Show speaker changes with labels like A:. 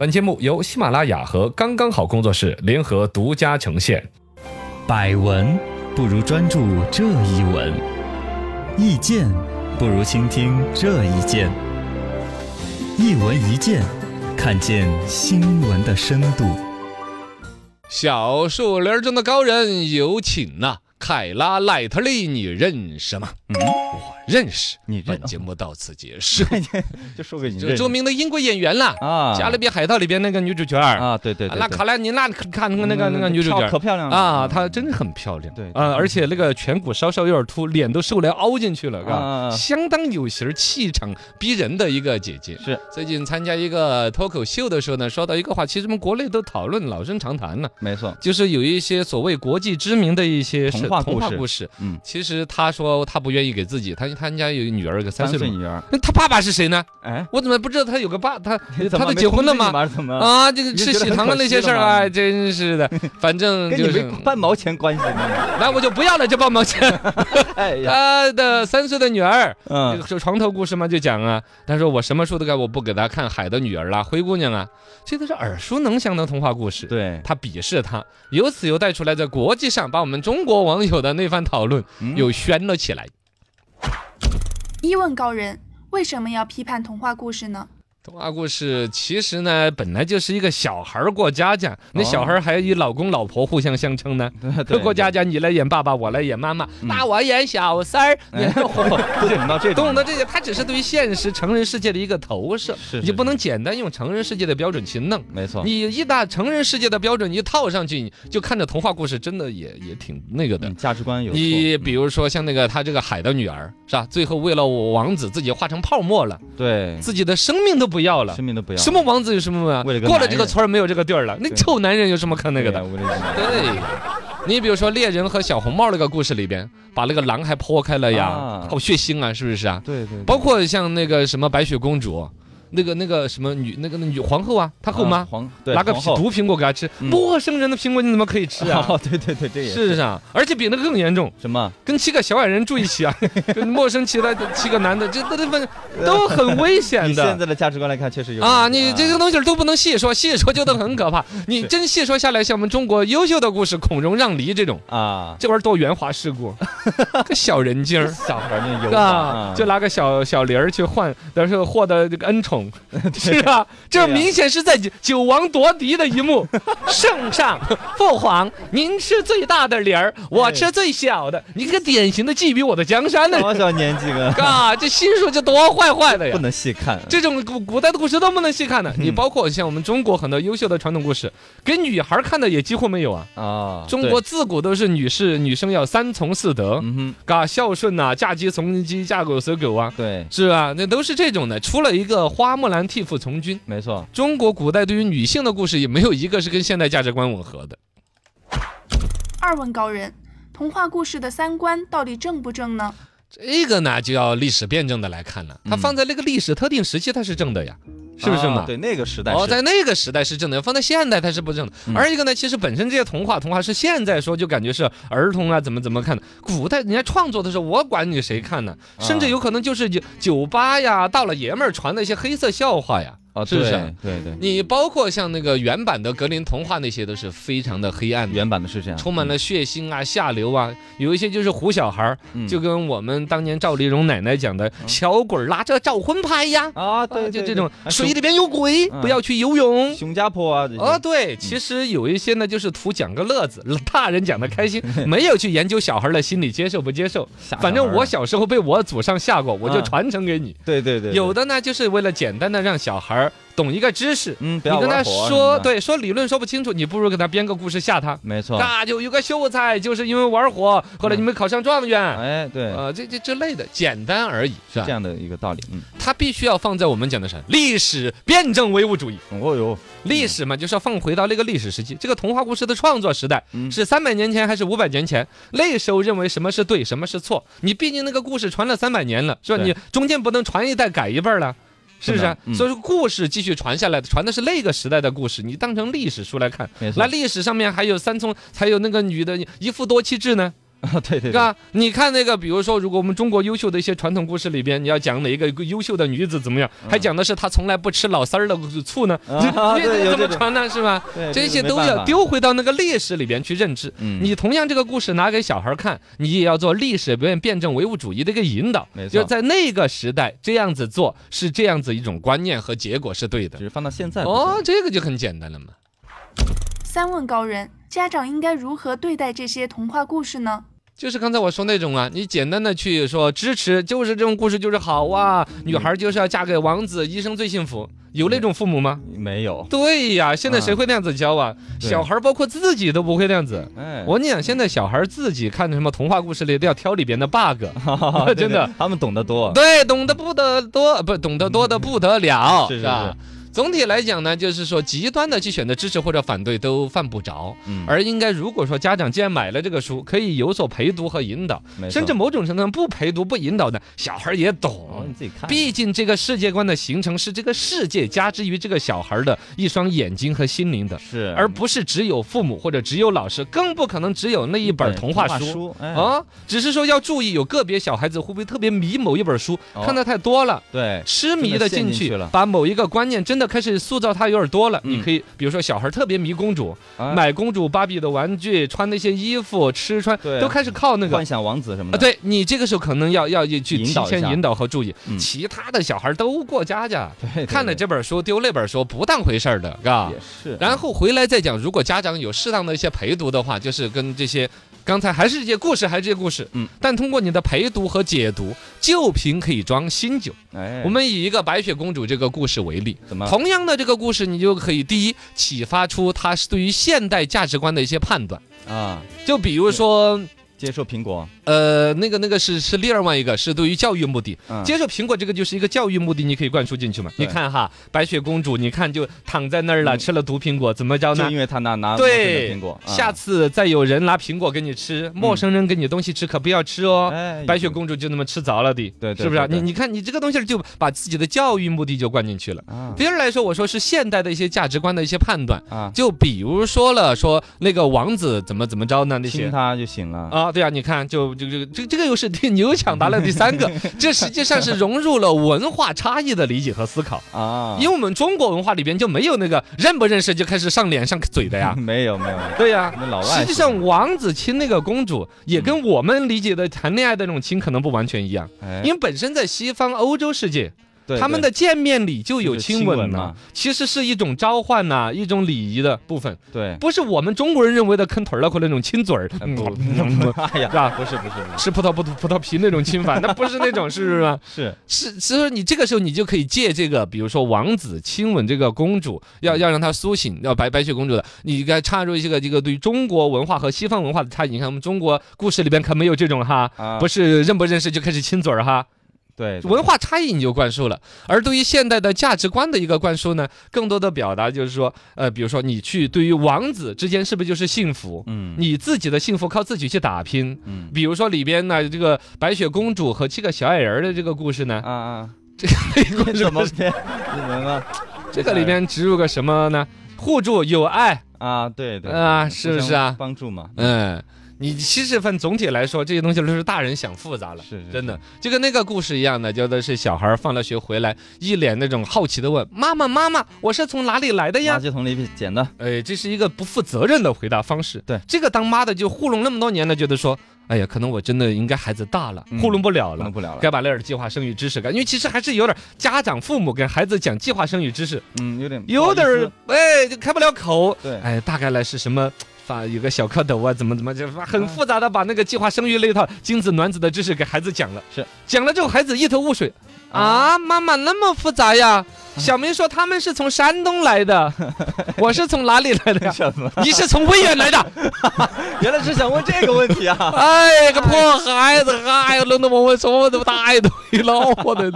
A: 本节目由喜马拉雅和刚刚好工作室联合独家呈现。
B: 百闻不如专注这一闻，意见不如倾听这一见。一闻一见，看见新闻的深度。
C: 小树林中的高人有请呐、凯拉赖特利，你认识吗？嗯，我认识。
B: 你认
C: 本节目到此结 束。
B: 就说给你
C: 这著名的英国演员啦，
B: 啊
C: 《加勒比海盗》里边那个女主角儿，
B: 啊，对对对，嗯
C: 那卡拉尼娜，看那个那个那个女主角
B: 可
C: 儿
B: 漂亮了
C: 啊，她真的很漂亮。
B: 对对
C: 啊，而且那个颧骨稍稍有点凸，脸都瘦来凹进去了，
B: 啊啊
C: 啊，相当有型儿、气场逼人的一个姐姐。
B: 是
C: 最近参加一个脱口秀的时候呢，说到一个话，其实我们国内都讨论，老生常谈呢。
B: 没错，
C: 就是有一些所谓国际知名的一些
B: 童
C: 是
B: 话
C: 童
B: 故
C: 话
B: 事
C: 故事，
B: 嗯，
C: 其实他说他不愿意给自己，他他家有一个女儿，一个
B: 三
C: 三岁
B: 岁
C: 的嘛，
B: 女儿，
C: 那他爸爸是谁呢？
B: 哎，
C: 我怎么不知道他有个爸？他
B: 你怎么
C: 他都
B: 没
C: 结婚了
B: 通知你
C: 吗？
B: 怎么？
C: 啊，这个
B: 你
C: 吃
B: 觉得
C: 喜
B: 很
C: 糖
B: 可
C: 的那
B: 惜
C: 些
B: 了
C: 事儿
B: 吗
C: 啊，真是的，反正
B: 跟你
C: 就是
B: 没，半毛钱关 系呢。
C: 来我就不要了这帮毛钱。
B: 哎呀，
C: 他的三岁的女儿，这
B: 嗯
C: 个，床头故事嘛，就讲啊，他说我什么书都该我不给他看《海的女儿》啦，《灰姑娘》啊，这都是耳熟能详的童话故事。
B: 对，
C: 他鄙视他，由此又带出来，在国际上把我们中国网友的那番讨论
B: 嗯
C: 又掀了起来。
D: 一问高人，为什么要批判童话故事呢？
C: 童话故事其实呢，本来就是一个小孩儿过家家，那
B: 哦
C: 小孩儿还以老公老婆互相相称 呢。过家家，
B: 家
C: 你来演爸爸，我来演妈妈，
B: 嗯
C: 那我演小三儿，你
B: 哎都懂到 这种
C: 懂得这些，它只是对于现实成人世界的一个投射，
B: 是
C: 你
B: 是
C: 就不能简单用成人世界的标准去弄。
B: 没错，
C: 你一打成人世界的标准一套上去，你就看着童话故事，真的也也挺那个的
B: 嗯。价值观有错嗯
C: 你比如说像那个他这个海的女儿是吧？最后为了我王子自己化成泡沫了，
B: 对
C: 自己的生命都不要了
B: 生。命都嗯不要
C: 什么王子有什么啊？
B: 为了个
C: 过了
B: 男
C: 这个
B: 人
C: 村儿没有这个地儿了，那
B: 对
C: 臭男人有什么可那个的？
B: 对啊
C: 对。你比如说《猎人和小红帽》那个故事里边，把那个狼还剖开了呀
B: 啊，
C: 好血腥啊，是不是啊？
B: 对对，
C: 包括像那个什么白雪公主，那个那个什么女那个女皇后啊，她后妈
B: 黄对
C: 拿个
B: 皇
C: 皮
B: 后
C: 毒苹果给她吃，
B: 嗯
C: 陌生人的苹果你怎么可以吃啊？
B: 哦，对对对，这也
C: 是不是啊？而且比那个更严重。
B: 什么？
C: 跟七个小矮人住一起啊， 跟陌生骑来的七个男的，这都都都很危
B: 以
C: 险
B: 现
C: 的。
B: 在的价值观来看，确实有
C: 啊，
B: 问题
C: 你这个东西儿都不能细说，细说就都很可 怕。你真细说下来，像我们中国优秀的故事，孔融让梨这种，
B: 啊，
C: 这玩意儿多圆滑世 故，个 小人精儿
B: 小孩儿那 有
C: 啊，就拿个小小梨儿去换，但是获得这个恩 宠，是吧？这
B: 对呀
C: 明显是在九九王夺嫡的一 幕。圣上、父皇，您吃最大的梨儿，我吃最小的，你个典型的觊觎我的江山呢
B: 小小年纪个，
C: 啊，这心术就多坏坏的呀
B: 不！能细看，
C: 这种古古代的故事都不能细看
B: 嗯
C: 的，你包括像我们中国很多优秀的传统故事，给女孩看的也几乎没有啊。
B: 啊，
C: 中国自古都是女士女生要三从四
B: 对
C: 德，
B: 嗯哼，
C: 嘎孝顺呐、嫁鸡从鸡，嫁狗随狗啊，
B: 对，
C: 是吧？那都是这种的。除了一个花木兰替父从军，
B: 没错，
C: 中国古代对于女性的故事也没有一个是跟现代价值观吻合的。
D: 二问高人，童话故事的三观到底正不正呢？
C: 这个呢，就要历史辩证的来看了。它
B: 嗯
C: 放在那个历史特定时期，它是正的呀，是不是
B: 啊
C: 嘛？
B: 对，那个时代
C: 哦，
B: 是
C: 在那个时代是正的，放在现代它是不正的。
B: 嗯
C: 而一个呢，其实本身这些童话，童话是现在说就感觉是儿童啊怎么怎么看的，古代人家创作的时候，我管你谁看呢？
B: 啊
C: 甚至有可能就是酒酒吧呀，大老爷们儿传的一些黑色笑话呀。
B: 啊，
C: 是不是
B: 对对对，
C: 你包括像那个原版的格林童话那些，都是非常的黑暗的。
B: 原版的是这样，
C: 充满了血腥啊、下流啊，有一些就是唬小孩儿，
B: 嗯
C: 就跟我们当年赵丽蓉奶奶讲的，小鬼儿拿着照魂拍呀，
B: 啊，
C: 啊
B: 对，
C: 就
B: 对
C: 这种
B: 对啊
C: 水里边有鬼，
B: 嗯
C: 不要去游泳
B: 熊。熊家坡啊，这些
C: 哦，对，其实有一些呢，就是图讲个乐子， 大人讲的开 心，没有去研究小孩的心理接受不接受。
B: 吓
C: 反正
B: 小孩儿
C: 我小时候被我祖上吓过，我就
B: 嗯
C: 传承给你。
B: 对对对，对
C: 有的呢，就是为了简单的让小孩儿懂一个知识，
B: 嗯，不
C: 你
B: 要
C: 跟他
B: 玩火
C: 说，
B: 啊什么的，
C: 对，说理论说不清楚，你不如给他编个故事吓他。
B: 没错，
C: 那就有个秀才，就是因为玩火，后来你没考上状元。
B: 嗯哎，啊对，
C: 呃，这这之类的，简单而已，是吧
B: 这？样的一个道理，嗯，
C: 它必须要放在我们讲的啥？历史辩证唯物主义。
B: 哦哟，
C: 历史嘛，就是要放回到那个历史时期，这个童话故事的创作时代
B: 嗯
C: 是三百年前还是五百年前？那时候认为什么是对，什么是错？你毕竟那个故事传了三百年了，是吧？
B: 对
C: 你中间不能传一代改一辈儿了。是不是啊、
B: 不能嗯
C: 所以说故事继续传下来，传的是那个时代的故事，你当成历史书来看。
B: 没错
C: 那历史上面还有三从，还有那个女的一夫多妻制呢，
B: 啊， 对对
C: 对
B: 对，
C: 吧？你看那个，比如说，如果我们中国优秀的一些传统故事里边，你要讲哪一个优秀的女子怎么样，还讲的是她从来不吃老三儿的醋呢？
B: 嗯 啊
C: 你
B: 对
C: 你
B: 有
C: 怎么
B: 这种
C: 传呢？是吧？
B: 对
C: 这些
B: 哎没
C: 都
B: 办
C: 要
B: 法
C: 丢回到那个历史里边去认知。
B: 嗯
C: 你同样这个故事拿给小孩看，你也要做历史辩辩证唯物主义的一个引导
B: 没，错
C: 就是在那个时代这样子做是这样子一种观念和结果是对的
B: 只。是放到现在不
C: 哦
B: 行，，
C: 这个就很简单了嘛。
D: 三问高人，家长应该如何对待这些童话故事呢？
C: 就是刚才我说那种啊，你简单的去说支持，就是这种故事就是好哇，
B: 嗯
C: 女孩就是要嫁给王子，一生最幸福，有那种父母吗？
B: 没有，
C: 对呀，现在谁
B: 嗯啊
C: 会那样子教啊？
B: 对
C: 小孩包括自己都不会那样子。
B: 哎，
C: 我跟 你讲，现在小孩自己看什么童话故事里都要挑里边的 bug，
B: 对对
C: 真的
B: 他们懂得多，
C: 对，懂得不得多，不懂得多的不得了，
B: 嗯是是
C: 吧？总体来讲呢，就是说极端的去选择支持或者反对都犯不着，
B: 嗯
C: 而应该如果说家长既然买了这个书，可以有所陪读和引导，
B: 没错
C: 甚至某种程度上不陪读不引导的小孩也
B: 哦，
C: 懂
B: 你。自己看，
C: 毕竟这个世界观的形成是这个世界加之于这个小孩的一双眼睛和心灵的，
B: 是，
C: 而不是只有父母或者只有老师，更不可能只有那一本童话书。
B: 书，哎，
C: 啊，只是说要注意，有个别小孩子会不会特别迷某一本书，
B: 哦
C: 看的太多了。
B: 对，
C: 痴迷的进
B: 真的陷进
C: 去
B: 去了
C: 把某一个观念真的开始塑造，他有点多了。
B: 嗯
C: 你可以，比如说小孩特别迷公主，
B: 哎
C: 买公主芭比的玩具，穿那些衣服，吃穿
B: 对啊
C: 都开始靠那个
B: 幻。想王子什么
C: 啊，
B: 的，，
C: 对你这个时候可能要要去去提
B: 引导一
C: 前
B: 下
C: 引导和注意，
B: 嗯
C: 其他的小孩都过家家，
B: 对
C: 看了这本书丢那本书不当回事儿的，嘎
B: 也。是，
C: 然后回来再讲，如果家长有适当的一些陪读的话，就是跟这些刚才还是这些故事，还是这些故事，
B: 嗯，
C: 但通过你的陪读和解读，旧瓶可以装新酒。
B: 哎，嗯啊
C: 我们以一个白雪公主这个故事为例。
B: 怎么
C: 同样的这个故事，你就可以第一启发出她是对于现代价值观的一些判断，
B: 啊
C: 就比如说，
B: 接受苹果？
C: 呃，那个那个是是另外一个是对于教育目的，
B: 嗯，
C: 接受苹果这个就是一个教育目的，你可以灌输进去嘛。
B: 对
C: 你看哈，白雪公主，你看就躺在那儿了，
B: 嗯
C: 吃了毒苹果，怎么着
B: 就
C: 呢？
B: 因为他拿拿陌生
C: 对
B: 的苹果，，啊
C: 下次再有人拿苹果给你吃，陌生人给你东西吃可不要吃哦。
B: 嗯哎
C: 白雪公主就那么吃着了的，
B: 对对
C: 是不是啊？
B: 对
C: 你
B: 对
C: 你看，你这个东西就把自己的教育目的就灌进去了。
B: 啊
C: 别人来说，我说是现代的一些价值观的一些判断，
B: 啊，
C: 就比如说了，说那个王子怎么怎么着呢？那
B: 亲
C: 些。
B: 他就行了，
C: 啊，对啊，你看，就就这个这这个又是第你又抢答了第三 个，这实际上是融入了文化差异的理解和思考，
B: 啊，，
C: 因为我们中国文化里边就没有那个认不认识就开始上脸上嘴的呀
B: 没有没有，没有
C: 对呀、
B: 那老外
C: 实际上，王子亲那个公主，也跟我们理解的谈恋爱的那种亲可能不完全一样，
B: 嗯哎
C: 因为本身在西方欧洲世界，
B: 对
C: 他们的见面礼就有
B: 就是
C: 亲
B: 亲
C: 吻
B: 吻
C: 呢
B: 嘛，
C: 其实是一种召唤呐、一种礼仪的部分，
B: 对，
C: 不是我们中国人认为的啃腿儿了或那种亲嘴儿，
B: 嗯哎
C: 嗯
B: 不
C: 嗯
B: 哎呀，
C: 是吧？
B: 不是不是不是，
C: 吃葡萄不吐葡萄皮那种侵犯，那不是那种，是不是啊？
B: 是
C: 是，所以说你这个时候你就可以借这个，比如说王子亲吻这个公主，要要让她苏醒，要白白雪公主的，你应该插入一些个这个对于中国文化和西方文化的差异。你看我们中国故事里边可没有这种哈。
B: 啊，
C: 不
B: 是
C: 是认不认识就开始亲嘴儿 哈，
B: 对，对
C: 文化差异你就灌输了。而对于现代的价值观的一个灌输呢，更多的表达就是说，呃，比如说你去对于王子之间是不是就是幸福？
B: 嗯
C: 你自己的幸福靠自己去打拼。
B: 嗯
C: 比如说里边呢，这个白雪公主和七个小矮人儿的这个故事呢
B: 啊，啊，
C: 这个故
B: 这
C: 事
B: 怎么变日文了
C: 这个里边植入个什么呢？互助友爱，
B: 啊？对对
C: 啊
B: 对
C: 是不
B: 互相
C: 是啊
B: 帮助嘛，
C: 嗯。你其实份总体来说，这些东西都是大人想复杂了，
B: 是是
C: 真的，就跟那个故事一样的，就的是小孩放了学回来，一脸那种好奇的问妈妈：“妈妈，我是从哪里来的
B: 垃
C: 呀
B: 圾桶里捡的，？”
C: 哎，这是一个不负责任的回答方式。
B: 对
C: 这个当妈的就糊弄那么多年了，觉得说，哎呀，可能我真的应该孩子大了，
B: 嗯
C: 糊弄不了了
B: 弄，不了了，
C: 该把那点计划生育知识干，因为其实还是有点家长父母跟孩子讲计划生育知识，
B: 嗯，有点不好
C: 有
B: 意
C: 点儿
B: 思
C: 哎就开不了口，
B: 对，
C: 哎，大概来是什么？发有个小蝌蚪啊，怎么怎么就很复杂的把那个计划生育那套精子卵子的知识给孩子讲了，
B: 是
C: 讲了之后孩子一头雾水啊，妈妈那么复杂 呀？小明说他们是从山东来的，我是从哪里来 的呀？
B: 什么？
C: 你是从威远来 的，
B: 原来是想问这个问题啊！
C: 哎，个破孩子，哎呦，弄得我我说的大一堆老火的，